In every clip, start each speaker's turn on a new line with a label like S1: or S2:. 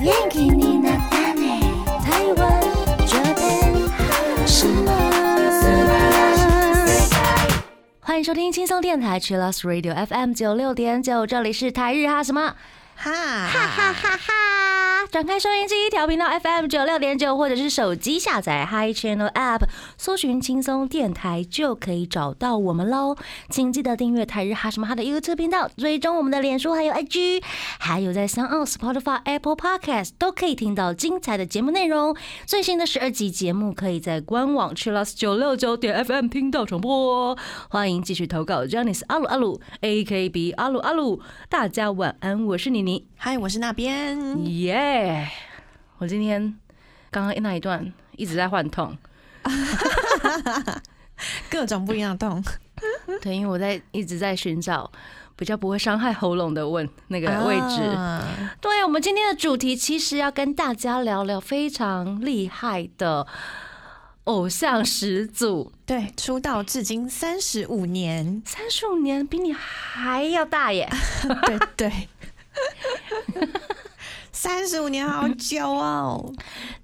S1: 元気になったね台湾 Japan 什么
S2: 欢迎收听轻松电台 c h i l l o s Radio FM 九六点九，这里是台日哈什么
S3: 哈，
S2: 哈哈！转开收音机，调频道 FM 九六点九，或者是手机下载 Hi Channel App，搜寻轻松电台就可以找到我们喽。请记得订阅台日哈什么哈的 YouTube 频道，追踪我们的脸书还有 IG，还有在 s o n Spotify、Apple Podcast 都可以听到精彩的节目内容。最新的十二集节目可以在官网 c h i l l o s 九六九点 FM 听到重播哦。欢迎继续投稿 j a n i c e 阿鲁阿鲁 AKB 阿鲁阿鲁，大家晚安，我是妮妮。
S3: 嗨，我是那边。
S2: 嗯耶、我今天刚刚那一段一直在换痛，
S3: 各种不一样 的痛，嗯
S2: 对，因为我在一直在寻找比较不会伤害喉咙的问那个位置。
S3: 啊
S2: 对，我们今天的主题其实要跟大家聊聊非常厉害的偶像始祖，，
S3: 对，出道至今三十五年
S2: 三十五年比你还要大耶！
S3: 对对，三十五年好 久哦。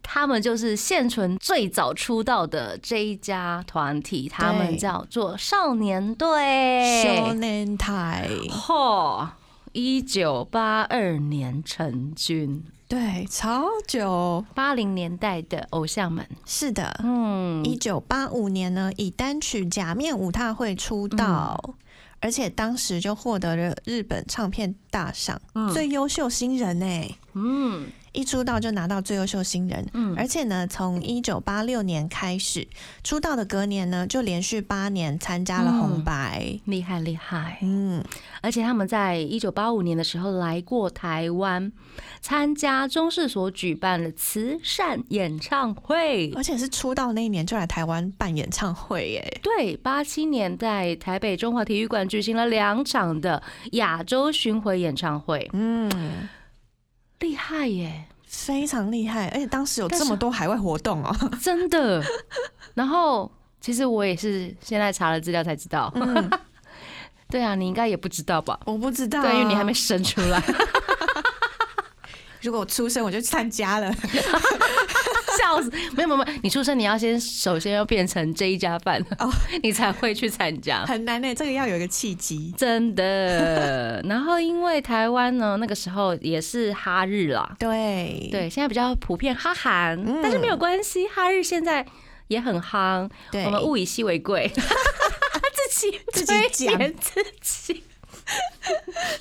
S2: 他们就是现存最早出道的这一家团体，他们
S3: 对
S2: 叫做少年队。
S3: 少年台，
S2: 嚯！哦一九八二年成军，
S3: 对，超久。
S2: 八零年代的偶像们，
S3: 是的，
S2: 嗯，
S3: 一九八五年呢，以单曲《假面舞踏会》出道。
S2: 嗯
S3: 而且当时就获得了日本唱片大赏、最优秀新人欸呢、
S2: 嗯
S3: 一出道就拿到最优秀新人，而且呢，从一九八六年开始出道的隔年呢，就连续八年参加
S2: 嗯
S3: 了红白，
S2: 厉害厉害。
S3: 嗯，
S2: 而且他们在一九八五年的时候来过台湾，参加中视所举办的慈善演唱会。
S3: 而且是出道那一年就来台湾办演唱会耶，
S2: 对，八七年在台北中华体育馆举行了两场的亚洲巡回演唱会，
S3: 嗯，
S2: 厉害耶！
S3: 非常厉害，而且当时有
S2: 但
S3: 这
S2: 是
S3: 么多海外活 动哦，
S2: 真的。然后其实我也是现在查了资料才知道，
S3: 嗯，
S2: 对啊，你应该也不知道吧？
S3: 我不知道，
S2: 对，因为你还没，生出来，
S3: 如果我出生我就参加了，
S2: 笑死！没有没有，没有，你出生你要先首先要变成这一家饭，
S3: 哦
S2: 你才会去参加。
S3: 很难呢，这个要有一个契机，
S2: 真的，然后因为台湾呢，那个时候也是哈日啦，
S3: 对
S2: 对，现在比较普遍哈韩，
S3: 嗯
S2: 但是没有关系，哈日现在也很夯，
S3: 对，
S2: 我们物以稀为 贵，自己
S3: 自己
S2: 催
S3: 讲
S2: 眠自己，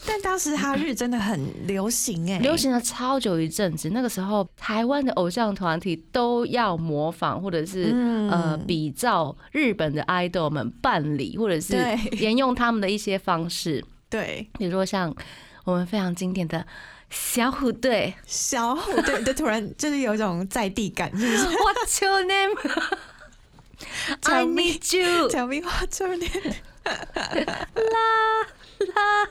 S3: 但当时哈日真的很流 行哎，
S2: 流行了超久一阵子，那个时候台湾的偶像团体都要模仿或者是、
S3: 嗯
S2: 呃比照日本的 idol 们办理，或者是
S3: 对
S2: 沿用他们的一些方式，
S3: 对。
S2: 比如说像我们非常经典的。小虎队，
S3: 小虎队，对，突然就是有一种在地感，是不是
S2: ，What's your name？I need you
S3: ？Tell me what's your name？
S2: 啦。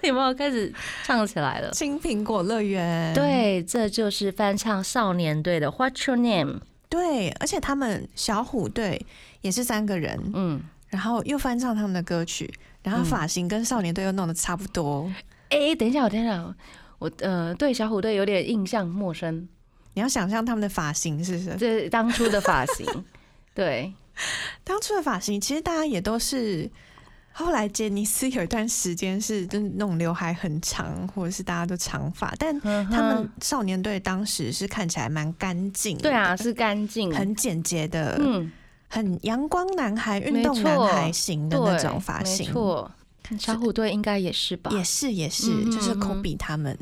S2: 有没有开始唱起来了？
S3: 青苹果乐园，
S2: 对，这就是翻唱少年队的 What's your name？
S3: 对，而且他们小虎队也是三个人，
S2: 嗯，
S3: 然后又翻唱他们的歌曲，然后发型跟少年队又弄得差不多。
S2: 哎、等一下，我等一下，我呃对小虎队有点印象陌生，
S3: 你要想象他们的发型是不是？
S2: 这当初的发型， 对，
S3: 当初的发型其实大家也都是。后来杰尼斯有一段时间是就是弄刘海很长，或者是大家都长发，但他
S2: 他
S3: 们少年队当时是看起来蛮干净，
S2: 嗯对啊，，是干净，
S3: 很简洁的，
S2: 嗯，
S3: 很阳光男孩、
S2: 没
S3: 运
S2: 错
S3: 动男孩型的
S2: 对，
S3: 那种发
S2: 没
S3: 型，
S2: 错。小虎队应该也是吧？
S3: 也是也是，
S2: 嗯嗯
S3: 就是
S2: 嗯
S3: Kobe 他们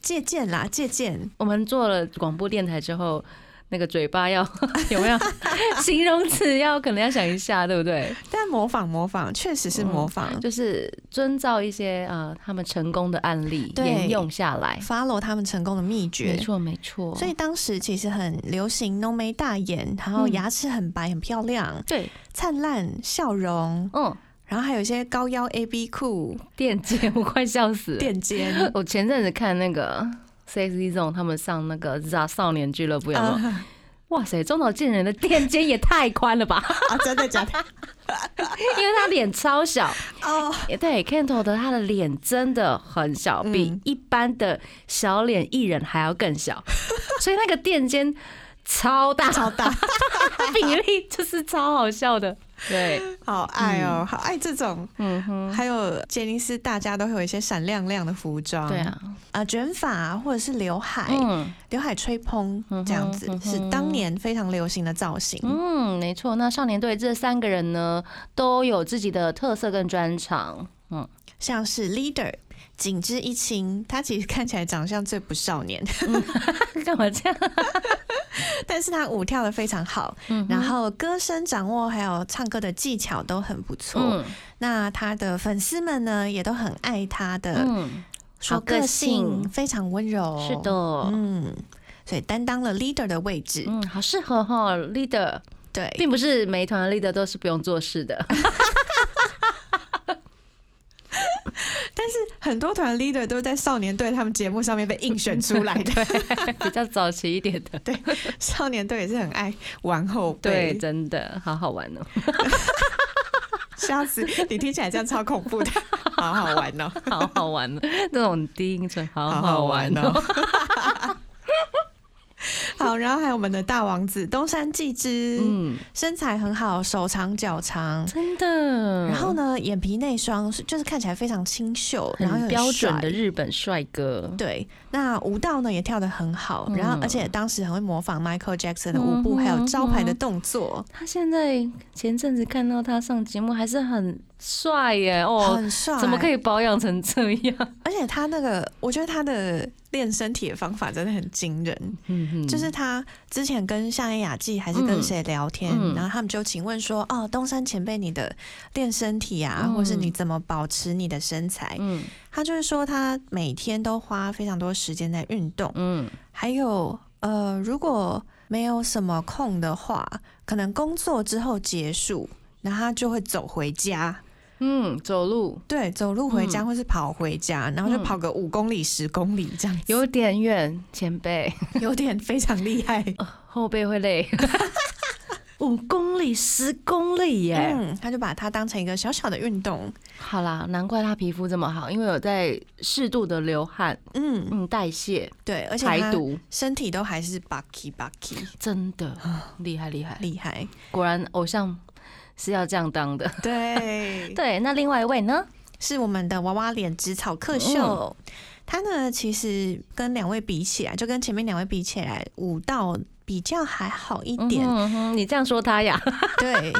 S3: 借鉴啦，借鉴。
S2: 我们做了广播电台之后，那个嘴巴要 有没有形容词要可能要想一下，对不对？
S3: 但模仿模仿，确实是模
S2: 哦
S3: 仿、
S2: 就是遵照一些呃他们成功的案例
S3: 对
S2: 沿用下来，
S3: f o l l o w 他们成功的秘
S2: 没
S3: 诀。
S2: 错没错。
S3: 所以当时其实很流行浓眉大眼，然后
S2: 嗯
S3: 牙齿很白、很漂亮，
S2: 对，
S3: 灿烂笑容，
S2: 嗯，
S3: 然后还有一些高腰 A B 裤、
S2: 电接 我快笑死了。。
S3: 垫肩
S2: 我前阵子看那个 C X Z 他们上那个《ZA 少年俱乐部》有没有？
S3: 啊
S2: 哇塞，中岛健人的垫肩也太宽了吧，
S3: 啊，真的 假的？
S2: 因为他脸超小。
S3: 哦，
S2: 也对，Kento 的他的脸真的很小，比
S3: 嗯
S2: 一般的小脸艺人还要更小，所以那个垫肩超大，
S3: 超大，
S2: 比例就是超好笑的。对，
S3: 好爱哦，好爱这种。
S2: 嗯哼，
S3: 还有杰尼斯，大家都会有一些闪亮亮的服装，
S2: 对啊，
S3: 啊，卷发、啊、或者是刘海，
S2: 嗯
S3: 刘海吹蓬这样子
S2: 嗯哼嗯哼
S3: 是当年非常流行的造型。
S2: 嗯，没错。那少年队这三个人呢，都有自己的特色跟专长。
S3: 像是 leader 景之一清，他其实看起来长相最不少年，
S2: 干嘛这样？
S3: 但是他舞跳的非常好，
S2: 嗯
S3: 然后歌声掌握还有唱歌的技巧都很不错。
S2: 嗯
S3: 那他的粉丝们呢也都很爱他的，
S2: 嗯，
S3: 说
S2: 好个
S3: 个
S2: 性
S3: 性非常温柔，
S2: 是，的。
S3: 嗯，所以担当了 leader 的位置，
S2: 嗯，好适合哈，leader，
S3: 对，
S2: 并不是每一团的 leader 都是不用做事 的。
S3: 很多团 leader 都在少年队他们节目上面被硬选出来 的，
S2: 比较早期一点的，
S3: 少年队也是很爱玩后
S2: 对，
S3: 辈，
S2: 真的好好玩哦，
S3: 吓死你！听起来这样超恐 怖的，好好玩哦，
S2: 好好玩哦，那种低音准好好玩哦，
S3: 哦。 好，然后还有我们的大王子东山纪之，
S2: 嗯，
S3: 身材很好，手长脚长，
S2: 真的。
S3: 然后呢，眼皮内双，就是看起来非常清秀，然后
S2: 很
S3: 又很
S2: 标准的
S3: 帅。
S2: 日本帅哥，
S3: 对，那舞蹈呢也跳得很好，然后
S2: 嗯
S3: 而且当时很会模仿 Michael Jackson 的舞
S2: 嗯
S3: 步，
S2: 哼
S3: 还有招牌的动作，
S2: 他现在前阵子看到他上节目还是很帅耶，哦，
S3: 很帅。
S2: 怎么可
S3: 以？
S2: 以保养成这样？
S3: 而且他那个，我觉得他的练身体的方法真的很惊人。
S2: 嗯
S3: 就是他之前跟夏野雅纪还是
S2: 嗯
S3: 跟谁聊天，
S2: 嗯
S3: 然后他们就请问说，哦，东山前辈，你的练身体啊，
S2: 嗯
S3: 或是你怎么保持你的身材？
S2: 嗯
S3: 他就是说他每天都花非常多时间在运动，
S2: 嗯
S3: 还有呃，如果没有什么空的话，可能工作之后结束，然后他就会走回家。
S2: 嗯，走路
S3: 对，走路回家，
S2: 嗯
S3: 或是跑回家，然后就
S2: 嗯
S3: 跑个五公里、十公里这样子，
S2: 有点远，前辈
S3: 有点非常厉 害。
S2: 后背会累，五公里十公里耶，
S3: 嗯，他就把它当成一个小小的运动。
S2: 好啦，难怪他皮肤这么好，因为有在适度的流汗，
S3: 嗯，
S2: 嗯，代谢、
S3: 对，而且
S2: 排
S3: 他
S2: 毒，
S3: 身体都还是 bucky bucky，
S2: 真的厉害厉害，
S3: 厉害。
S2: 果然偶像是要这样当 的。
S3: 对，
S2: 对，那另外一位呢？
S3: 是我们的娃娃脸植草克
S2: 哦
S3: 秀。他呢，其实跟两位比起来，就跟前面两位比起来，舞蹈比较还好一点。
S2: 嗯哼嗯哼你这样说他呀，
S3: 对，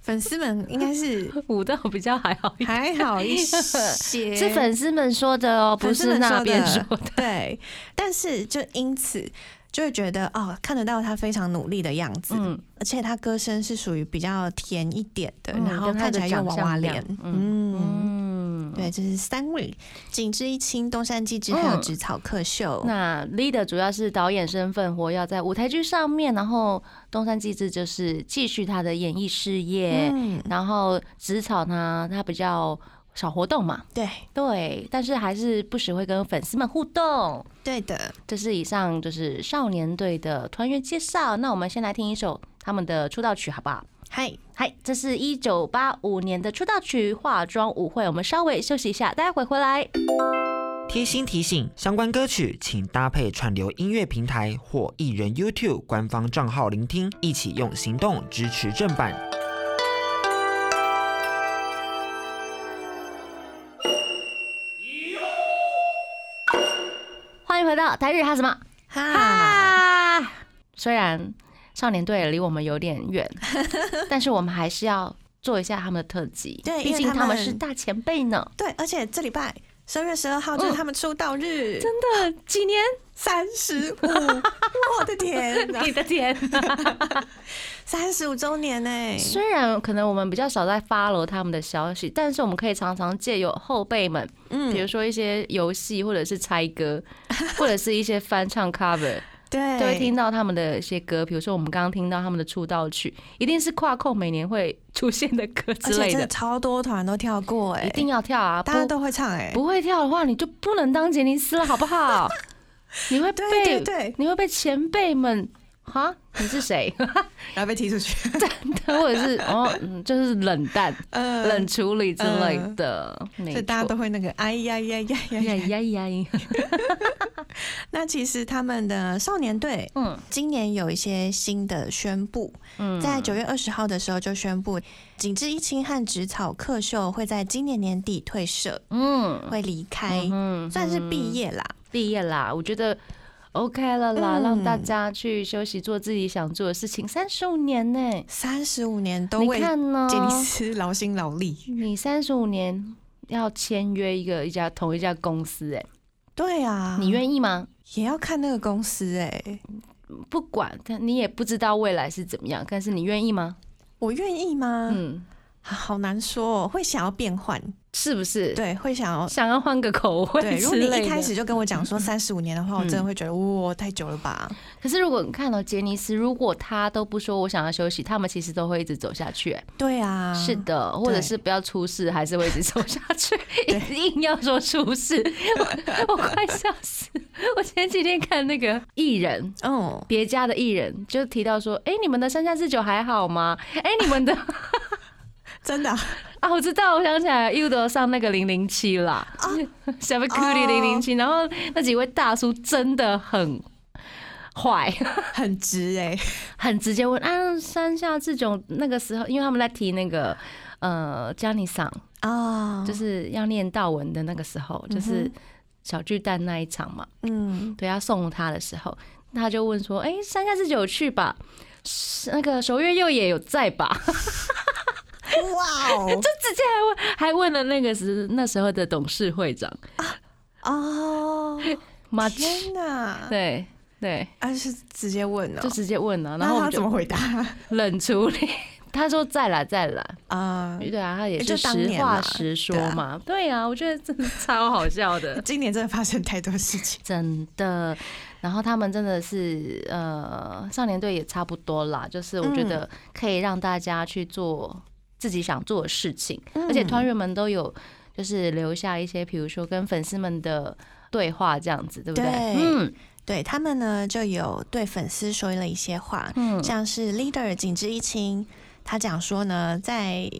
S3: 粉丝们应该是
S2: 舞蹈比较还好一点。
S3: 还好一些。
S2: 是粉丝们说的哦，不
S3: 粉丝
S2: 是
S3: 们
S2: 那
S3: 说
S2: 边
S3: 的
S2: 说的。
S3: 对，但是就因此就会觉得哦，看得到他非常努力的样子，
S2: 嗯
S3: 而且他歌声是属于比较甜一点的，
S2: 嗯
S3: 然后
S2: 跟他
S3: 看
S2: 的
S3: 起来又
S2: 长
S3: 娃
S2: 相
S3: 娃
S2: 一样
S3: 脸，嗯。
S2: 嗯，
S3: 对，这是三位，景之一清、东山纪之，还有
S2: 嗯
S3: 植草克秀。
S2: 那 leader 主要是导演身份活跃在舞台剧上面，然后东山纪之就是继续他的演艺事业，
S3: 嗯，
S2: 然后植草呢，他比较少活动嘛，
S3: 对，
S2: 对，但是还是不时会跟粉丝们互动。
S3: 对的。
S2: 这是以上就是少年队的团员介绍，那我们先来听一首他们的出道曲，好不好？
S3: 嗨，
S2: 嗨，这是一九八五年的出道曲《化妆舞会》，我们稍微休息一下，待会回来。
S4: 贴心提醒：相关歌曲请搭配串流音乐平台或艺人 YouTube 官方账号聆听，一起用行动支持正版。
S2: 欢迎回到台日哈什么
S3: 哈，啊
S2: 哈？ 虽然少年队离我们有点 远，但是我们还是要做一下他们的特辑，
S3: 对
S2: 毕
S3: 因为
S2: 竟
S3: 他
S2: 他们
S3: 们
S2: 是大前辈呢。
S3: 对，而且这礼拜十二月十二号就是
S2: 嗯
S3: 他们出道日，
S2: 真的几年？
S3: 三 十五，我的天 哪，
S2: 你的天！
S3: 三十五周年 呢！
S2: 虽然可能我们比较少在 follow 他们的消息，但是我们可以常常借由后辈们，
S3: 嗯
S2: 比如说一些游戏或者是猜 歌，或者是一些翻唱 cover，
S3: 对，
S2: 就会听到他们的一些歌。比如说我们刚刚听到他们的出道曲，一定是跨控每年会出现的歌
S3: 而
S2: 之
S3: 且
S2: 类
S3: 真
S2: 的，
S3: 的超多团都跳过哎、
S2: 一定要跳啊！
S3: 大家
S2: 不
S3: 都会唱哎、
S2: 不会跳的话，你就不 能当杰尼斯了，好不好？你会被
S3: 对对对
S2: 你会被前辈们哈，你是 谁？
S3: 然后被踢出去，
S2: 或者是哦，嗯就是冷淡、
S3: 呃
S2: 冷处理之类的，没
S3: 嗯所以大家
S2: 错
S3: 都会那个哎呀呀呀呀
S2: 呀
S3: 呀。
S2: 呀呀，
S3: 那其实他们的少年队
S2: 嗯
S3: 今年有一些新的宣布，
S2: 嗯，
S3: 在九月二十号的时候就宣布，景致一清和植草克秀会在今年年底退社，
S2: 嗯
S3: 会离开，
S2: 嗯
S3: 算是毕业啦。
S2: 毕业啦，我觉得 OK 了啦，
S3: 嗯
S2: 让大家去休息，做自己想做的事情。三十五年呢、
S3: 三十五年都
S2: 你
S3: 为
S2: 看哦呢？
S3: 杰尼斯劳心劳力。
S2: 你三十五年要签约一个一家同一家公司、
S3: 对啊
S2: 哎，，你愿意吗？
S3: 也要看那个公司哎、
S2: 不管，但你也不知道未来是怎么样，但是你愿意吗？
S3: 我愿意吗？
S2: 嗯，
S3: 啊好难说、哦，会想要变换，
S2: 是不是？，
S3: 对，会想 要。
S2: 想要换个口
S3: 对，
S2: 味
S3: 如
S2: 之
S3: 果你
S2: 类的。
S3: 一开始就跟我讲说三十五年的话，我
S2: 嗯
S3: 真的会觉得哇，太久了吧？
S2: 可是如果你看到、杰尼斯，如果他都不说我想要休息，他们其实都会一直走下去、哎
S3: 对啊，
S2: 是的，或者
S3: 对
S2: 是不要出事，还是会一直走下去，
S3: 对
S2: 一硬要说出事，我我快笑死！我前几天看那个艺人。
S3: 嗯，
S2: 别家的艺人就提到说：“哎、你们的三下四九还好吗？哎、你们的
S3: 真的啊
S2: 啊，我知道，我想起来又得上那个零零七啦， 小贝库里零零七，然后那几位大叔真的很坏，
S3: 很直哎、
S2: 很直接问啊，山下智久那个时候，因为他们在提那个呃 j o h 桑，
S3: 啊，
S2: 就是要念道文的那个时候，就是小巨蛋那一场嘛，
S3: 嗯，
S2: 对，要送他的时候，他就问说：“哎、山下智久有去吧？”是那个守月佑也有在吧？
S3: 哇哦，
S2: 直接还问还问了那个时那时候的董事会长
S3: 哦，
S2: 马
S3: 天哪，
S2: 啊对对，
S3: 啊，是直接问了、
S2: 就直接问啊了，然
S3: 啊
S2: 后
S3: 那
S2: 我
S3: 他
S2: 们
S3: 怎
S2: 就
S3: 么回答
S2: 冷处理。 他说再来再来，
S3: 啊？
S2: 对啊，他也是
S3: 就当
S2: 实
S3: 年
S2: 话
S3: 嘛
S2: 实说
S3: 对啊
S2: 嘛，对啊，我觉得真的超好笑 的。
S3: 今年真的发生太多事情，
S2: 真的，然后他们真的是呃，少年队也差不多啦，就是我觉
S3: 嗯
S2: 得可以让大家去做自己想做的事情，
S3: 嗯
S2: 而且团员们都有就是留下一些，比如说跟粉丝们的对话这样子，对不对？
S3: 对
S2: 嗯
S3: 对他们呢就有对粉丝说了一些话，
S2: 嗯
S3: 像是 leader 景之一清，他讲说呢，在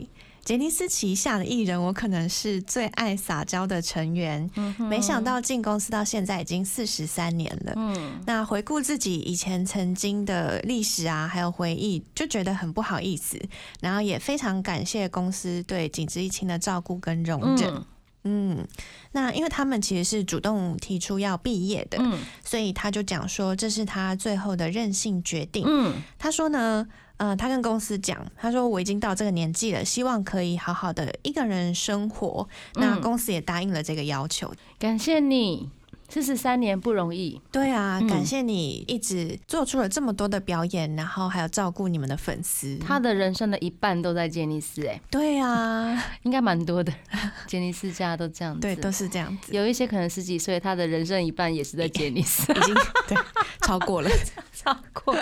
S3: 杰尼斯旗下的艺人，我可能是最爱撒娇的成员。
S2: 嗯
S3: 没想到进公司到现在已经四十三年了。
S2: 嗯
S3: 那回顾自己以前曾经的历史啊，还有回忆，就觉得很不好意思，然后也非常感谢公司对景之一清的照顾跟容忍。
S2: 嗯
S3: 嗯，那因为他们其实是主动提出要毕业的，
S2: 嗯
S3: 所以他就讲说这是他最后的任性决定。
S2: 嗯
S3: 他说呢，呃，他跟公司讲，他说我已经到这个年纪了，希望可以好好的一个人生活。那
S2: 嗯
S3: 公司也答应了这个要求。
S2: 感谢你，四十三年不容易，
S3: 对啊，
S2: 嗯
S3: 感谢你一直做出了这么多的表演，然后还有照顾你们的粉丝。
S2: 他的人生的一半都在杰尼斯、欸，
S3: 对啊，
S2: 应该蛮 多的，杰尼斯家都这样子，
S3: 对，都是这样子，
S2: 有一些可能十几岁，他的人生一半也是在杰尼斯
S3: 已经 对 超过了。
S2: 超过。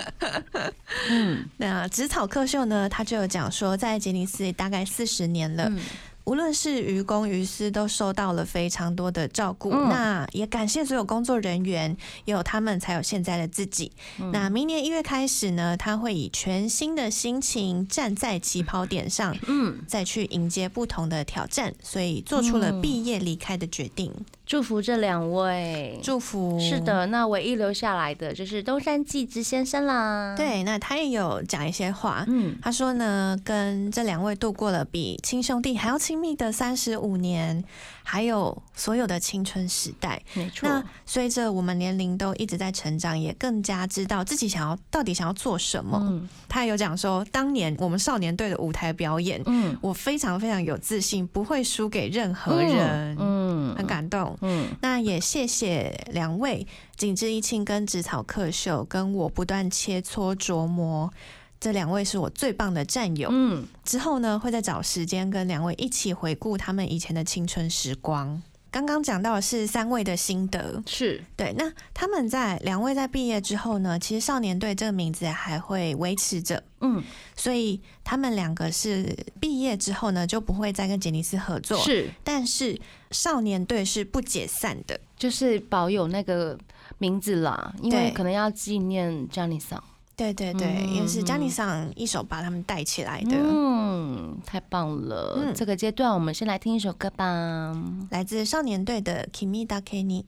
S2: 嗯
S3: 那植草克秀呢，他就有讲说，在杰尼斯大概四十年了，
S2: 嗯
S3: 无论是于公于私，都受到了非常多的照顾。
S2: 嗯
S3: 那也感谢所有工作人员，有他们才有现在的自己。
S2: 嗯
S3: 那明年一月开始呢，他会以全新的心情站在起跑点上，
S2: 嗯，
S3: 再去迎接不同的挑战，所以做出了毕业离开的决定。
S2: 祝福这两位。
S3: 祝福！
S2: 嗯是。的，那唯一留下来的就是东山纪之先生啦。，
S3: 对，那他也有讲一些话，
S2: 嗯
S3: 他说呢，跟这两位度过了比亲兄弟还要亲密的三十五年，还有所有的青春时代。
S2: 没错。
S3: 那随着我们年龄都一直在成长，也更加知道自己想要到底想要做什么。
S2: 嗯
S3: 他有讲说，当年我们少年队的舞台表演，
S2: 嗯
S3: 我非常非常有自信，不会输给任何人，
S2: 嗯
S3: 很感动。
S2: 嗯
S3: 那也谢谢两位景致一清跟植草克秀，跟我不断切磋琢磨，这两位是我最棒的战友。
S2: 嗯，
S3: 之后呢，会再找时间跟两位一起回顾他们以前的青春时光。刚刚讲到的是三位的心得，
S2: 是
S3: 对，那他们在两位在毕业之后呢，其实少年队这个名字还会维持着，
S2: 嗯
S3: 所以他们两个是毕业之后呢就不会再跟杰尼斯合作，，
S2: 是，
S3: 但是少年队是不解散的，
S2: 就是保有那个名字啦，因为
S3: 对
S2: 可能要纪念 Johnny 桑。
S3: 对对对，
S2: 嗯
S3: 也是 Johnny 桑一手把他们带起来的。
S2: 嗯，太棒了！
S3: 嗯
S2: 这个阶段我们先来听一首歌吧。
S3: 来自少年队的 Kimi da Kenny，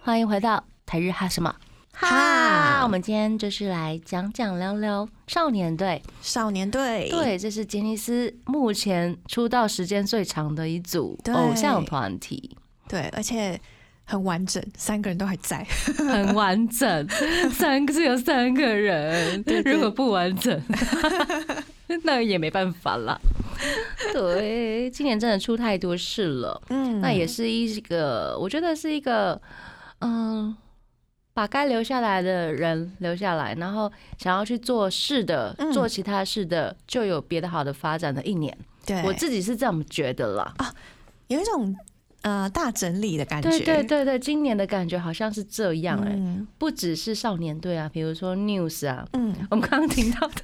S2: 欢迎回到台日哈什么哈？
S3: 哈
S2: 我们今天就是来讲讲聊聊少年队。
S3: 少年队，
S2: 对，这是杰尼斯目前出道时间最长的一组
S3: 对
S2: 偶像团体，
S3: 对，而且很完整，三个人都还在。
S2: 很完整， 三个只有三个人，如果不完整， 那也没办法啦。对，今年真的出太多事了，
S3: 嗯
S2: 那也是一个，我觉得是一个，嗯。把该留下来的人留下来，然后想要去做事的、
S3: 嗯
S2: 做其他事的，就有别的好的发展的一年。
S3: 对，
S2: 我自己是这么觉得啦。
S3: 有一种呃大整理的感觉。
S2: 对对对对，今年的感觉好像是这样哎、
S3: 嗯
S2: 不只是少年队啊，比如说 News 啊，
S3: 嗯
S2: 我们刚刚听到的，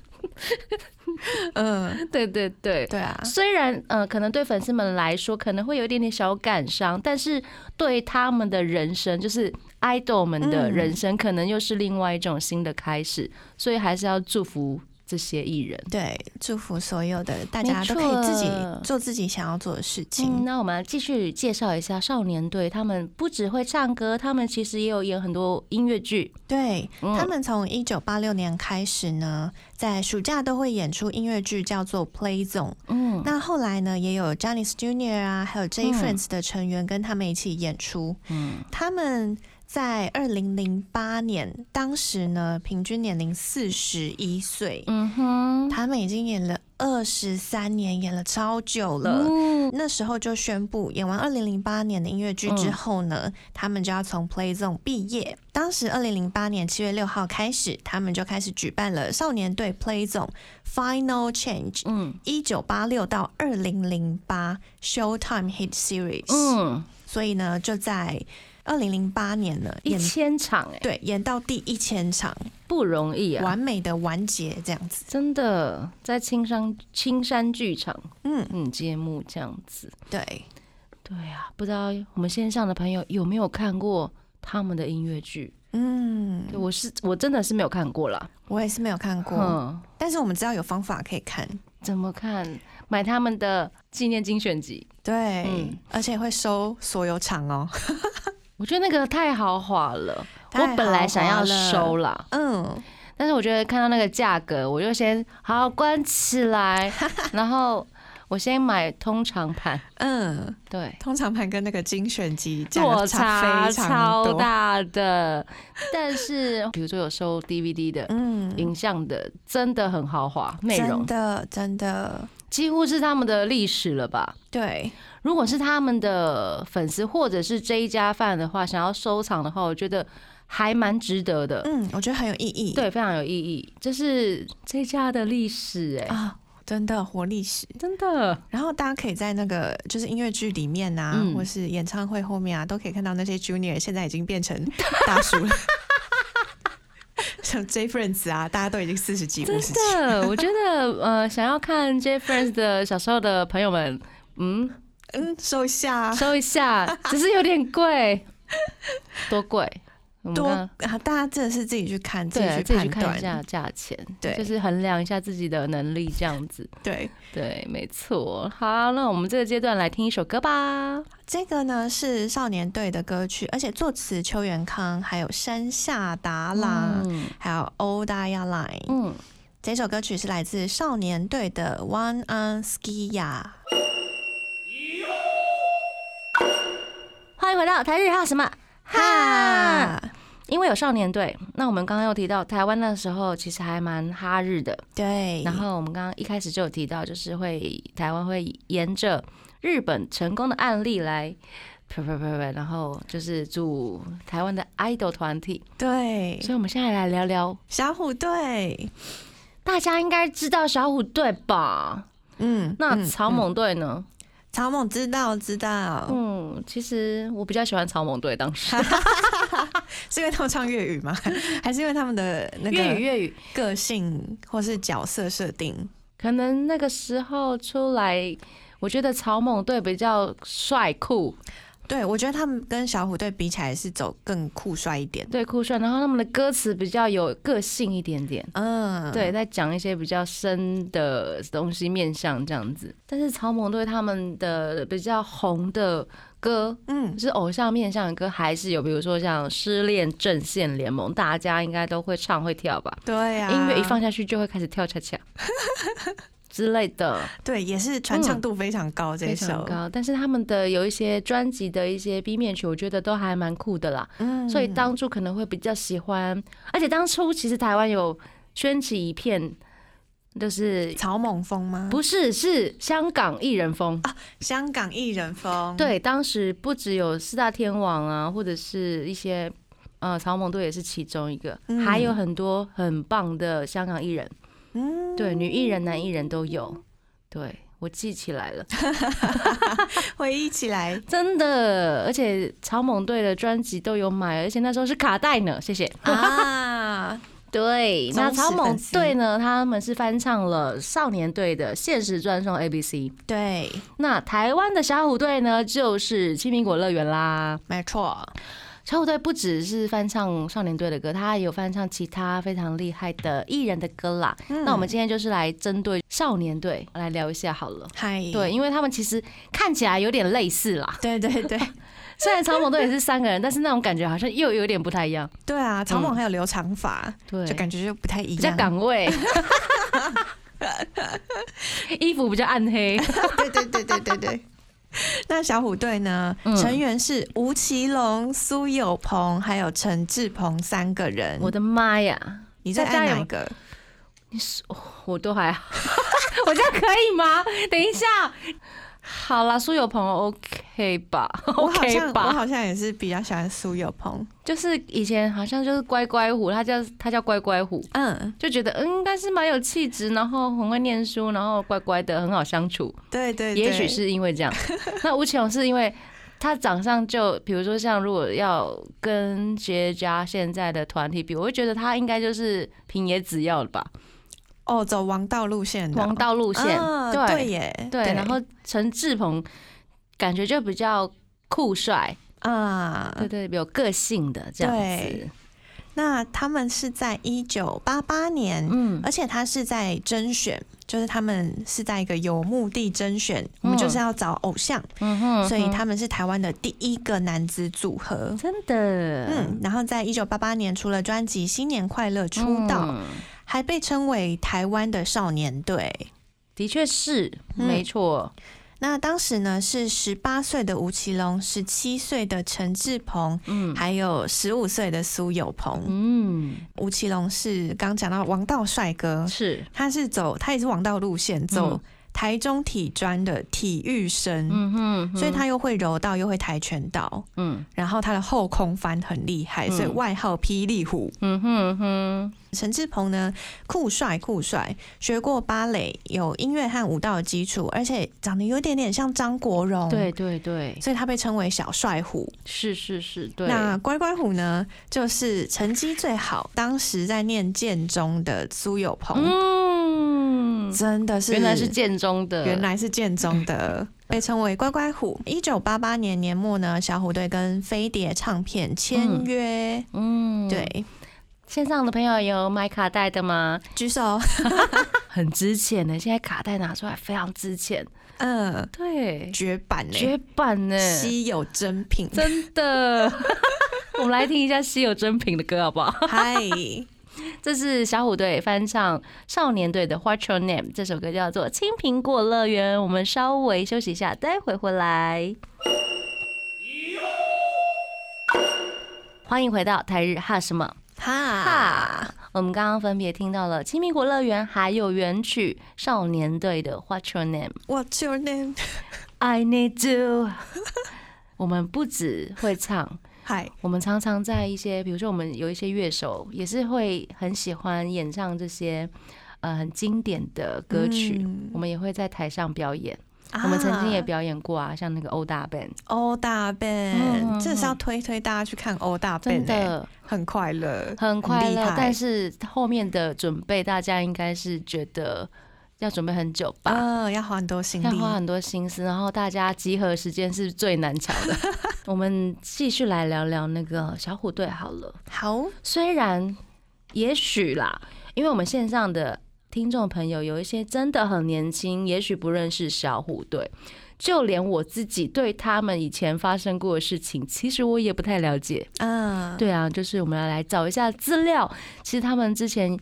S3: 嗯，
S2: 对对对。
S3: 对啊，
S2: 虽然呃，可能对粉丝们来说可能会有一点点小感伤，但是对他们的人生，就是 idol 们的
S3: 嗯
S2: 人生，可能又是另外一种新的开始，所以还是要祝福这些艺人。
S3: 对，祝福所有的大
S2: 没
S3: 家都可以自己
S2: 错
S3: 做自己想要做的事
S2: 嗯，
S3: 情。
S2: 那我们来继续介绍一下少年队，他们不只会唱歌，他们其实也有演很多音乐剧。
S3: 对
S2: 嗯
S3: 他们从一九八六年开始呢，在暑假都会演出音乐剧，叫做《Play Zone》。
S2: 嗯，
S3: 那后来呢，也有 j a n i c e Junior 啊，还有 J
S2: 嗯
S3: Friends 的成员跟他们一起演出。
S2: 嗯
S3: 他们在二零零八年，当时呢平均年龄四十一岁，
S2: 嗯哼，
S3: 他们已经演了二十三年，演了超久了。
S2: 嗯
S3: 那时候就宣布，演完二零零八年的音乐剧之
S2: 嗯
S3: 后呢，他们就要从 Play Zone 毕业。当时二零零八年七月六号开始，他们就开始举办了少年队 Play Zone Final Change
S2: 嗯
S3: 一九八六到二零零八 Showtime Hit Series。
S2: 嗯，
S3: 所以呢，就在二零零八年呢，
S2: 一
S3: 演
S2: 千场哎、
S3: 对演到第一千场，
S2: 不容易啊，
S3: 完美的完结这样子。
S2: 真的在青山青山剧场
S3: 嗯，
S2: 嗯节目这样子。
S3: 对，
S2: 对啊，不知道我们线上的朋友有没有看过他们的音乐剧？
S3: 嗯，
S2: 对我是我真的是没有看过啦。
S3: 我也是没有看过，
S2: 嗯，
S3: 但是我们知道有方法可以看。
S2: 怎么看？买他们的纪念精选集，
S3: 对，
S2: 嗯
S3: 而且会收所有场哦。
S2: 我觉得那个太豪华了。
S3: 太豪华
S2: 我本来想要收啦，
S3: 嗯，
S2: 但是我觉得看到那个价格，我就先好好关起 来，然后我先买通常盘。
S3: 嗯，
S2: 对，
S3: 通常盘跟那个精选集价格
S2: 落
S3: 差
S2: 差
S3: 非常
S2: 超
S3: 多。
S2: 大的。但是比如说有收 DVD 的、
S3: 嗯，
S2: 影像的，真的很豪华，内容
S3: 真的真的
S2: 几乎是他们的历史了吧。
S3: 对，
S2: 如果是他们的粉丝或者是这一家饭的话，想要收藏的话，我觉得还蛮值得的。
S3: 嗯，我觉得很有意义。
S2: 对，非常有意义，这是这家的历史哎、
S3: 啊，真的活历史。
S2: 真的，
S3: 然后大家可以在那个就是音乐剧里面啊，
S2: 嗯
S3: 或是演唱会后面啊，都可以看到那些 junior 现在已经 变成大叔了， 像 J Friends 啊，大家都已经四十几、五十几。
S2: 真的，我觉得呃，想要看 J Friends 的小时候的朋友们，嗯，
S3: 嗯，收一下啊，
S2: 收一下，只是有点贵，多贵？我们
S3: 多
S2: 刚
S3: 啊，大家真的是自己去看，
S2: 对啊，自
S3: 己
S2: 己去
S3: 去
S2: 看一
S3: 判
S2: 下
S3: 断。
S2: 价钱，
S3: 对
S2: 就是衡量一下自己的能力这样子。
S3: 对，
S2: 对，没错。好，那我们这个阶段来听一首歌吧。
S3: 这个呢是少年队的歌曲，而且作词邱元康，还有山下达郎，
S2: 嗯
S3: 还有欧达亚 line。
S2: 嗯，
S3: 这首歌曲是来自少年队的《One on Ski Ya》。
S2: 欢迎回到台日哈什么哈？
S3: 哈，
S2: 因为有少年队，那我们刚刚有提到台湾那时候其实还蛮哈日的，
S3: 对，
S2: 然后我们刚刚一开始就有提到，就是会台湾会沿着日本成功的案例来，呸呸呸呸，然后就是组台湾的 idol 团体。
S3: 对
S2: 所以我们现在来聊聊，
S3: 小虎队，
S2: 大家应该知道小虎队吧？
S3: 嗯，
S2: 那
S3: 嗯
S2: 草
S3: 嗯
S2: 蜢队呢？
S3: 草蜢知道知道，
S2: 嗯其实我比较喜欢草蜢队当 时
S3: 是因为他们唱粤语吗？ 还是因为他们的那
S2: 粤语
S3: 个
S2: 粤语，
S3: 个性或是角色设定？
S2: 可能那个时候出来，我觉得草蜢队比较帅酷，
S3: 对，我觉得他们跟小虎队比起来是走更酷帅一点。
S2: 对酷帅，然后他们的歌词比较有个性一点点，
S3: 嗯，
S2: 对，在讲一些比较深的东西面向这样子。但是草蜢对他们的比较红的歌，
S3: 嗯，
S2: 就是偶像面向的歌，还是有，比如说像《失恋阵线联盟》，大家应该都会唱会跳吧？
S3: 对啊呀、
S2: 音乐一放下去就会开始跳恰 恰之类的，
S3: 对，也是传唱度非常高这
S2: 嗯非
S3: 一首，
S2: 常高。但是他们的有一些专辑的一些 B 面曲，我觉得都还蛮酷的啦。
S3: 嗯
S2: 所以当初可能会比较喜欢，而且当初其实台湾有掀起一片，就是
S3: 草蜢风吗？
S2: 不是是香港艺人风。
S3: 香港艺人风，，
S2: 对，当时不只有四大天王啊，或者是一些呃草蜢队也是其中一个，
S3: 嗯
S2: 还有很多很棒的香港艺人，
S3: 嗯，
S2: 对，女艺人、男艺人都有。对我记起来了，
S3: 回忆起来，
S2: 真的，而且草蜢队的专辑都有买，而且那时候是卡带呢，谢谢。
S3: 啊，
S2: 对，
S3: 忠
S2: 那
S3: 实
S2: 草
S3: 粉
S2: 蜢
S3: 丝
S2: 队呢，他们是翻唱了少年队的现实专送 ABC。
S3: 对，
S2: 那台湾的小虎队呢，就是青苹果乐园啦。
S3: 没错，
S2: 小虎队不只是翻唱少年队的歌，他也有翻唱其他非常厉害的艺人的歌啦。
S3: 嗯
S2: 那我们今天就是来针对少年队来聊一下好了。
S3: 嗨，
S2: 对，，因为他们其实看起来有点类似啦，
S3: 对对对
S2: 虽然草蜢队也是三个人，但是那种感觉好像又有点不太一样，
S3: 对啊，草蜢还有留长发，
S2: 嗯对，
S3: 就感觉就不太
S2: 比
S3: 一
S2: 较
S3: 样，
S2: 岗位，衣服比较暗 黑，
S3: 对对对对对对。 那小虎队呢？
S2: 嗯
S3: 成员是吴奇隆、苏有朋还有陈志朋三个人。
S2: 我的妈呀，
S3: 你最
S2: 大家
S3: 爱
S2: 有
S3: 哪一个？
S2: 我都还好， 我这样可以吗？等一下，好啦，苏有朋 OK 吧
S3: 我好像
S2: ，OK
S3: 我
S2: 吧，
S3: 好像也是比较喜欢苏有朋。
S2: 就是以前好像就是乖乖虎，他叫他叫乖乖虎。
S3: 嗯，
S2: 就觉得嗯，应该是蛮有气质，然后很会念书，然后乖乖的，很好相处。
S3: 对对对，
S2: 也许是因为这样。那吴奇隆是因为他长相就，比如说像如果要跟杰家现在的团体比，我会觉得他应该就是平野紫耀了吧，
S3: 哦，走王道路线的
S2: 王道路线。
S3: 嗯啊
S2: 对
S3: 对耶，
S2: 对，然后陈志朋感觉就比较酷帅，
S3: 啊，
S2: 对对，有个性的这样子
S3: 对。那他们是在一九八八年，
S2: 嗯，
S3: 而且他是在甄选，就是他们是在一个有目的甄选，我们就是要找偶像，
S2: 嗯哼
S3: 所以他们是台湾的第一个男子组合。
S2: 真的，
S3: 嗯，然后在一九八八年除了专辑《新年快乐》出道，
S2: 嗯
S3: 还被称为台湾的少年队。
S2: 的确是
S3: 嗯
S2: 没错。
S3: 那当时呢是十八岁的吴奇隆，十七岁的陈志朋，
S2: 嗯
S3: 还有十五岁的苏有朋。
S2: 嗯，
S3: 吴奇隆是刚讲到王道帅哥，
S2: 是，
S3: 他是走他也是王道路线，走台中体专的体育生，
S2: 嗯哼，
S3: 所以他又会柔道，又会跆拳道，
S2: 嗯
S3: 然后他的后空翻很厉害，
S2: 嗯
S3: 所以外号霹雳虎。
S2: 嗯哼嗯哼，
S3: 陈志朋呢，酷帅酷帅，学过芭蕾，有音乐和舞蹈的基础，而且长得有点点像张国荣，
S2: 对，对对，
S3: 所以他被称为小帅虎。
S2: 是是是，对，
S3: 那乖乖虎呢，就是成绩最好，当时在念建中的苏有朋。
S2: 嗯，
S3: 真的是，
S2: 原来是建中的，
S3: 原来是建中 的，被称为乖乖虎。一九八八年年末呢，小虎队跟飞碟唱片签约。
S2: 嗯，
S3: 对，
S2: 线上的朋友有买卡带的吗？
S3: 举手。
S2: 很值钱的，现在卡带拿出来非常值钱，
S3: 嗯，
S2: 对，
S3: 绝版呢、
S2: 绝版呢，
S3: 稀有珍品。
S2: 真的。 我们来听一下稀有珍品的歌好不好？
S3: 嗨，
S2: 这是小虎队翻唱少年队的《What's Your Name》，这首歌叫做《青苹果乐园》。我们稍微休息一下，待会回来。欢迎回到台日哈什么？
S3: 哈
S2: 哈，我们刚刚分别听到了《青苹果乐园》，还有原曲少年队的《What's Your Name》。
S3: ，What's your name？
S2: I need you 。 我们不只会唱，
S3: 嗨，
S2: 我们常常在一些，比如说我们有一些乐手也是会很喜欢演唱这些呃很经典的歌曲，
S3: 嗯
S2: 我们也会在台上表演。
S3: 啊
S2: 我们曾经也表演过啊，像那个欧大 band，
S3: 欧大
S2: 嗯嗯嗯
S3: ben，这是要推推大家去看欧大
S2: 真
S3: ben，、欸、
S2: 的
S3: 很快乐，
S2: 很快
S3: 厉
S2: 乐
S3: 害。
S2: 但是后面的准备，大家应该是觉得要准备很久吧。
S3: 呃，要花很多心
S2: 要
S3: 力。
S2: 花很多心思，然后大家集合时间是最难抢的。我们继续来聊聊那个小虎队好了。
S3: 好，
S2: 虽然也许啦，因为我们线上的听众朋友有一些真的很年轻，也许不认识小虎队，就连我自己对他们以前发生过的事情，其实我也不太了解。
S3: 嗯，
S2: 对啊，就是我们要来找一下资料。其实他们之前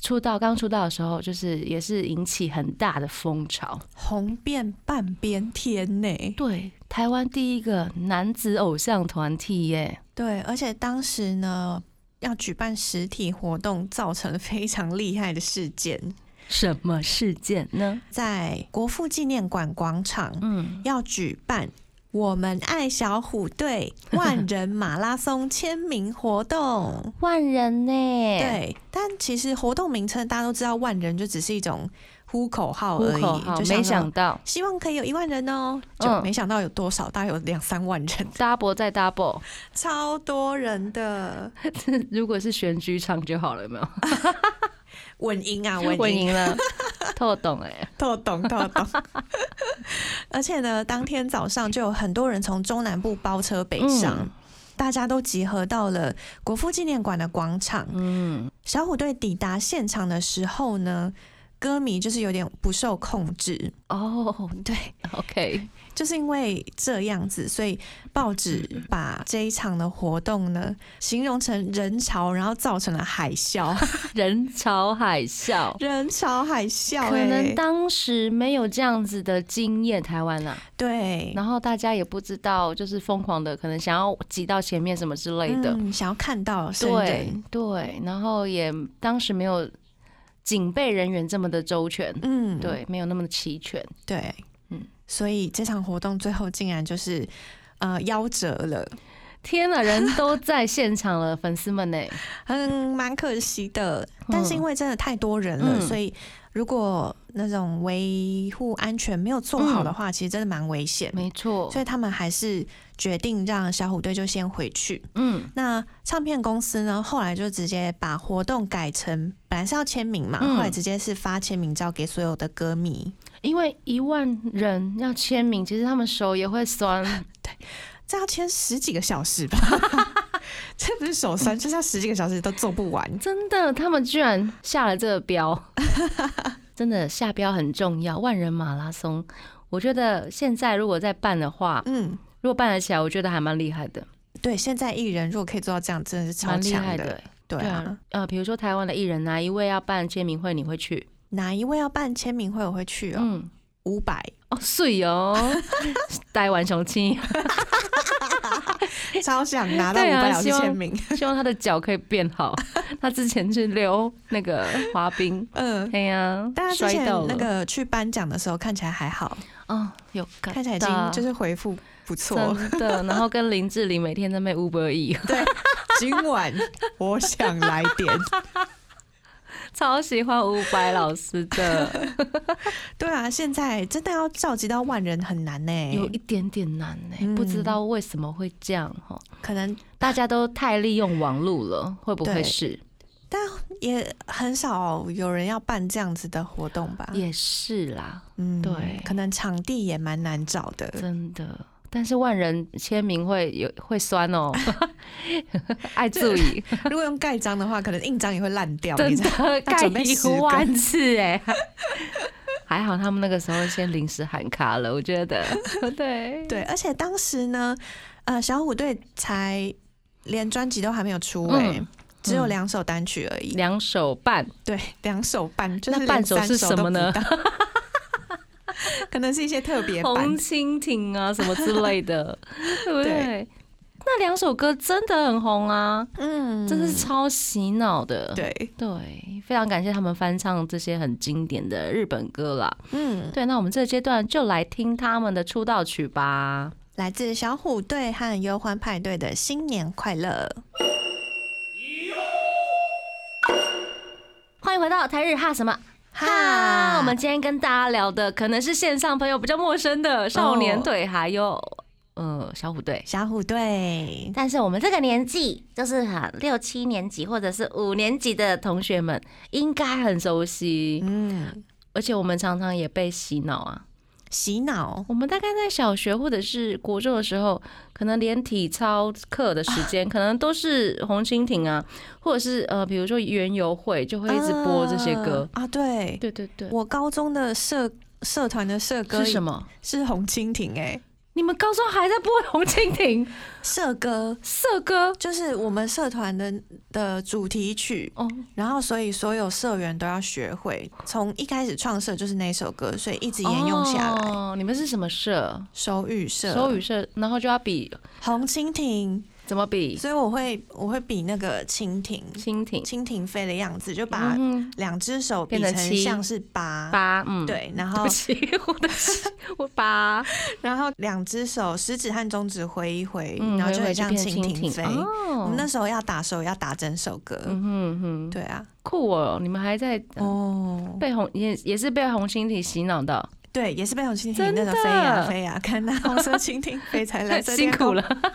S2: 出道刚出道的时候，就是也是引起很大的风潮。
S3: 红遍半边天呢。
S2: 对，台湾第一个男子偶像团体耶，
S3: 对，而且当时呢，要举办实体活动，造成非常厉害的事件，
S2: 什么事件呢？
S3: 在国父纪念馆广场
S2: 嗯，
S3: 要举办。我们爱小 虎队万人马拉松签名活动，
S2: 万人呢？，
S3: 对，但其实活动名称大家都知道，万人就只是一种呼口号
S2: 呼
S3: 而已，
S2: 口号，
S3: 就
S2: 没
S3: 说
S2: 想到
S3: 希望可以有一万人哦，就
S2: 嗯
S3: 没想到有多少，大概有两三万人，
S2: double 再 double，
S3: 超多人的
S2: 如果是选举场就好了，有没有？
S3: 稳赢啊，稳
S2: 混
S3: 赢，
S2: 赢 了，透懂哎，
S3: 透懂透懂。 而且呢，当天早上就有很多人从中南部包车北上。
S2: 嗯
S3: 大家都集合到了国父纪念馆的广场。
S2: 嗯，
S3: 小虎队抵达现场的时候呢，歌迷就是有点不受控制，
S2: 哦，对，OK，
S3: 就是因为这样子，所以报纸把这一场的活动呢形容成人潮，然后造成了海 啸，
S2: 人潮海啸。
S3: 人潮海啸、欸，
S2: 可能当时没有这样子的经验，台湾啊，
S3: 对
S2: 然后大家也不知道，就是疯狂的，可能想要挤到前面什么之类的，
S3: 嗯想要看到生
S2: 对
S3: 人，
S2: 对，然后也当时没有警备人员这么的周全，
S3: 嗯，
S2: 对，没有那么齐全。
S3: 对，
S2: 嗯
S3: 所以这场活动最后竟然就是呃夭折了，
S2: 天呐，人都在现场了，粉丝们呢？
S3: 嗯，蛮可惜的。但是因为真的太多人了，
S2: 嗯
S3: 所以如果那种维护安全没有做好的话，其实真的蛮危险。
S2: 嗯没错，
S3: 所以他们还是决定让小虎队就先回去。
S2: 嗯
S3: 那唱片公司呢，后来就直接把活动改成本来是要签名嘛，
S2: 嗯
S3: 后来直接是发签名照给所有的歌迷。
S2: 因为一万人要签名，其实他们手也会 酸，
S3: 这要签十几个小时吧？ 这不是手酸，就是要十几个小时都做不完。
S2: 真的，他们居然下了这个标， 真的下标很重要。万人马拉松，我觉得现在如果再办的话，
S3: 嗯，
S2: 如果办得起来，我觉得还蛮厉害的，
S3: 对，现在艺人如果可以做到这样，真的是超
S2: 蛮厉
S3: 强
S2: 害
S3: 的。
S2: 的。
S3: 对
S2: 对
S3: 啊，
S2: 啊，呃，比如说台湾的艺人，啊哪一位要办签名会，你会去？
S3: 哪一位要办签名会，我会去哦。
S2: 嗯，
S3: 五百、
S2: 哦，水哦， 台湾雄青，
S3: 超想拿到 五
S2: 对啊
S3: 百老师
S2: 希望
S3: 签名。
S2: 希望他的脚可以变好。他之前去溜那个滑冰，
S3: 嗯，
S2: 对呀、
S3: 大家之
S2: 摔
S3: 前
S2: 到了
S3: 那个去颁奖的时候看起来还好，
S2: 哦，有感
S3: 看起来已
S2: 到啊
S3: 经就是回复不错。
S2: 真的。然后跟林志玲每天在那 Uber E，
S3: 对，今晚我想来点。
S2: 超喜欢伍佰老师 的，
S3: 对啊，现在真的要召集到万人很难呢、
S2: 有一点点难呢、
S3: 嗯
S2: 不知道为什么会这样哈。
S3: 可能
S2: 大家都太利用网络 了，会不
S3: 对
S2: 会是？
S3: 也很少有人要办这样子的活动吧？
S2: 也是啦，
S3: 嗯
S2: 对
S3: 可能场地也蛮难找 的。
S2: 真的。但是万人签名会有会酸 哦，爱注意，
S3: 如果用盖章的话，可能印章也会烂掉。
S2: 真
S3: 你知道
S2: 的
S3: 要
S2: 盖
S3: 准备
S2: 一
S3: 十个
S2: 万次 哎。还好他们那个时候先临时喊卡了，我觉 得对
S3: 对，而且当时呢，呃，小虎队才连专辑都还没有出
S2: 嗯
S3: 哎、只有
S2: 嗯
S3: 两首单曲而已。
S2: 两手办，
S3: 对，两首半，就是
S2: 那
S3: 连
S2: 半首
S3: 三
S2: 是
S3: 首
S2: 什么
S3: 都不
S2: 呢
S3: 到？ 可能是一些特别版
S2: 红。蜻蜓啊什么之类 的，对不
S3: 对
S2: 对？那两首歌真的很红啊，
S3: 嗯
S2: 真是超洗脑的。
S3: 对，
S2: 对，非常感谢他们翻唱这些很经典的日本歌啦。
S3: 嗯，
S2: 对，那我们这个阶段就来听他们的出道曲吧。
S3: 来自小虎队和忧欢派对的新年快乐。
S2: 欢迎回到台日哈什么哈？我们今天跟大家聊的可能是线上朋友比较陌生的少年队，还有呃小虎队。
S3: 小虎队，
S2: 但是我们这个年纪，就是哈六七年级或者是五年级的同学们，应该很熟悉。
S3: 嗯，
S2: 而且我们常常也被洗脑啊。
S3: 洗脑
S2: 我们大概在小学或者是国中的时候，可能连体操课的时
S3: 啊
S2: 间，可能都是红蜻蜓啊，或者是呃，比如说园游会就会一直播这些歌。
S3: 啊啊对，
S2: 对对对，
S3: 我高中的社社团的社歌
S2: 是什么？
S3: 是红蜻蜓哎、
S2: 你们高中还在播红蜻蜓
S3: 社歌
S2: 社歌
S3: 就是我们社团的的主题曲，
S2: 哦？
S3: 然后所以所有社员都要学会，从一开始创社就是那首歌，所以一直沿用下来。
S2: 哦、你们是什么社？
S3: 手语社，
S2: 手语社，然后就要比
S3: 红蜻蜓，
S2: 怎么比
S3: 所以我会我会比那个蜻蜓，
S2: 蜻蜓，
S3: 蜻蜓飞的样子，就把
S2: 嗯哼
S3: 两只手比
S2: 变成七
S3: 像是八，
S2: 八嗯，，
S3: 对，然
S2: 对
S3: 后
S2: 不起， 我的我八，
S3: 然后两只手食指和中指挥一挥，
S2: 嗯，
S3: 然后就
S2: 回
S3: 很
S2: 回就
S3: 像
S2: 变
S3: 蜻
S2: 蜻
S3: 蜓飞。
S2: 蜓哦
S3: 我们那时候要打手要打整首歌，
S2: 嗯哼嗯哼，
S3: 对啊，
S2: 酷哦！你们还在、
S3: 哦，
S2: 被红也也是被红蜻蜓洗脑到，
S3: 对，也是被红蜻
S2: 真
S3: 蜓
S2: 的
S3: 那个飞呀飞呀，看 那红色蜻蜓飞才蓝色
S2: 辛
S3: 天空
S2: 苦。了。
S3: 哦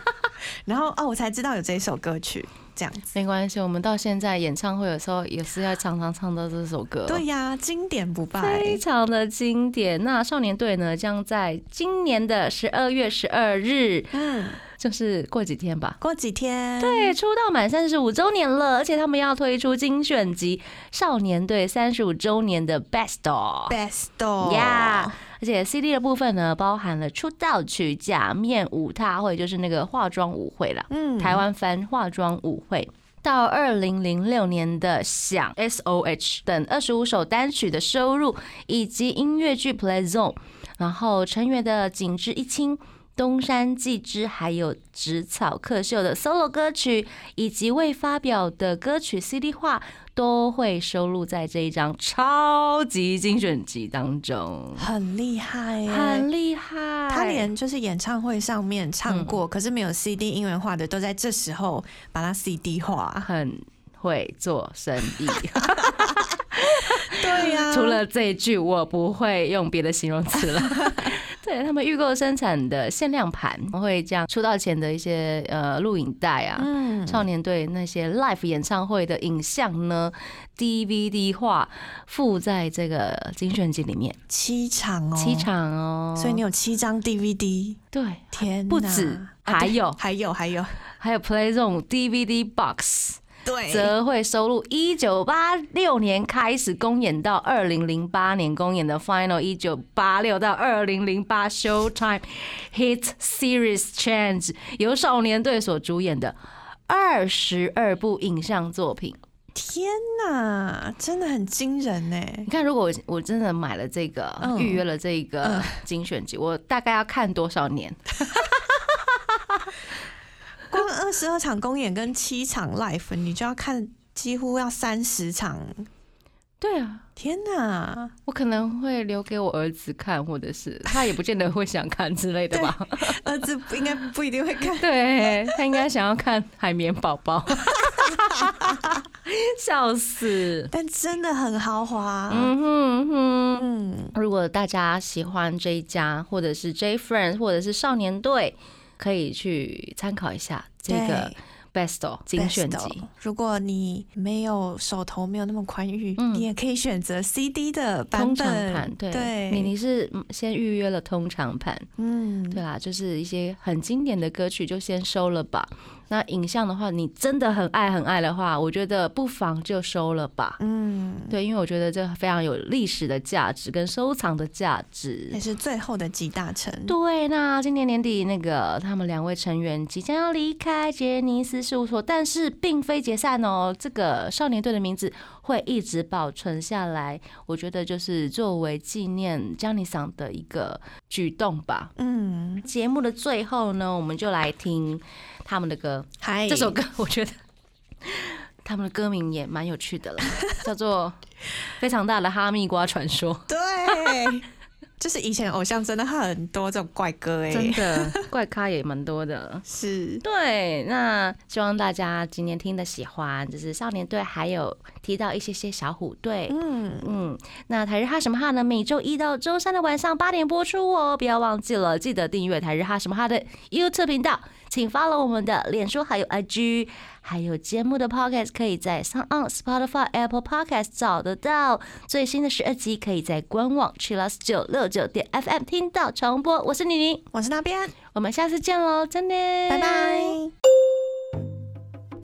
S3: 然后哦，我才知道有这首歌曲这样子。
S2: 没关系，我们到现在演唱会的时候也是要常常唱到这首歌。
S3: 对呀、经典不败
S2: 哦非。常的经典。那少年队呢，将在今年的十二月十二日，
S3: 嗯，
S2: 就是过几天吧。
S3: 过几天
S2: 对，出道满三十五周年了，而且他们要推出精选集《少年队三十五周年的 Best》哦。
S3: ，Best 哦
S2: 呀而且 CD 的部分呢，包含了出道曲、假面舞踏会，就是那个化妆舞会啦，
S3: 嗯
S2: 台湾翻化妆舞会。到二零零六年的《想 S.O.H》等二十五首单曲的收入，以及音乐剧《Play Zone》，然后成员的景致一清、东山纪之，还有植草克秀的 solo 歌曲，以及未发表的歌曲 CD 化，都会收录在这一张超级精选集当中。
S3: 很厉害耶、
S2: 很厉害，
S3: 哎
S2: 嗯
S3: 他连就是演唱会上面唱过，可是没有 CD 音源化的，都在这时候把它 CD 化。
S2: 很会做生意。
S3: 对呀
S2: 除了这一句，我不会用别的形容词 了。对他们预购生产的限量盘，会将出道前的一些呃录影带啊。
S3: 嗯，
S2: 少年队那些 live 演唱会的影像呢，DVD 化附在这个精选集里面，
S3: 七场哦，
S2: 七，场哦，
S3: 所以你有七张 DVD，
S2: 对
S3: 天哪，
S2: 不止，
S3: 啊
S2: 还有
S3: 还有还有，
S2: 还有 Play 这种 DVD box，
S3: 对
S2: 则会收录一九八六年开始公演到二零零八年公演的 Final 一九八六到二零零八 Showtime Hit Series Change，由少年队所主演的二十二部影像作品。
S3: 天哪，真的很惊人呢。
S2: 你看，如果我我真的买了这个，
S3: 嗯
S2: 预约了这个精选集，我大概要看多少年？
S3: 光二十二场公演跟七场 l i f e 你就要看几乎要三十场，
S2: 对啊。
S3: 天哪！
S2: 我可能会留给我儿子看，或者是他也不见得会想看之类的吧。。
S3: 儿子不应该不一定会看
S2: 对他应该想要看《海绵宝宝》， 笑死。
S3: 但真的很豪华，
S2: 嗯哼哼，
S3: 嗯，
S2: 如果大家喜欢这一家，或者是 J Friends，或者是少年队，可以去参考一下这个
S3: 对
S2: Best 精选集。。
S3: 如果你没有手头没有那么宽裕，
S2: 嗯
S3: 你也可以选择 CD 的版
S2: 通常盘
S3: 本，
S2: 对，你
S3: 对，
S2: 你是嗯先预约了通常盘，
S3: 嗯，
S2: 对啦，就是一些很经典的歌曲就先收了吧。那影像的话，你真的很爱很爱的话，我觉得不妨就收了吧。
S3: 嗯，
S2: 对，因为我觉得这非常有历史的价值跟收藏的价值
S3: 也。是最后的集大成。
S2: 对，那今年年底那个他们两位成员即将要离开杰尼斯事务所，但是并非解散哦。这个少年队的名字会一直保存下来，我觉得就是作为纪念江尼桑的一个举动吧。
S3: 嗯，
S2: 节目的最后呢，我们就来听他们的歌。
S3: 嗨，
S2: 这首歌 我觉得他们的歌名也蛮有 趣的了，叫做《非常大的哈密瓜传说》。
S3: 对， 就是以前偶像真的很多这种怪歌哎、
S2: 真 的怪咖也蛮多的。
S3: 是
S2: 对，那希望大家今天听的喜欢，就是少年队还有提到一些些小虎队，
S3: 嗯，
S2: 嗯，那台日哈什么哈呢？每周一到周三的晚上八点播出哦，不要忘记了，记得订阅台日哈什么哈的 YouTube 频道，请 follow 我们的脸书还有 IG，还有节目的 Podcast 可以在 s o n Spotify、Apple Podcast 找得到。最新的十二集可以在官网 Chillus 九六九点 FM 听到重播。我是妮妮，
S3: 我是那边，
S2: 我们下次见喽，真的，
S3: 拜拜。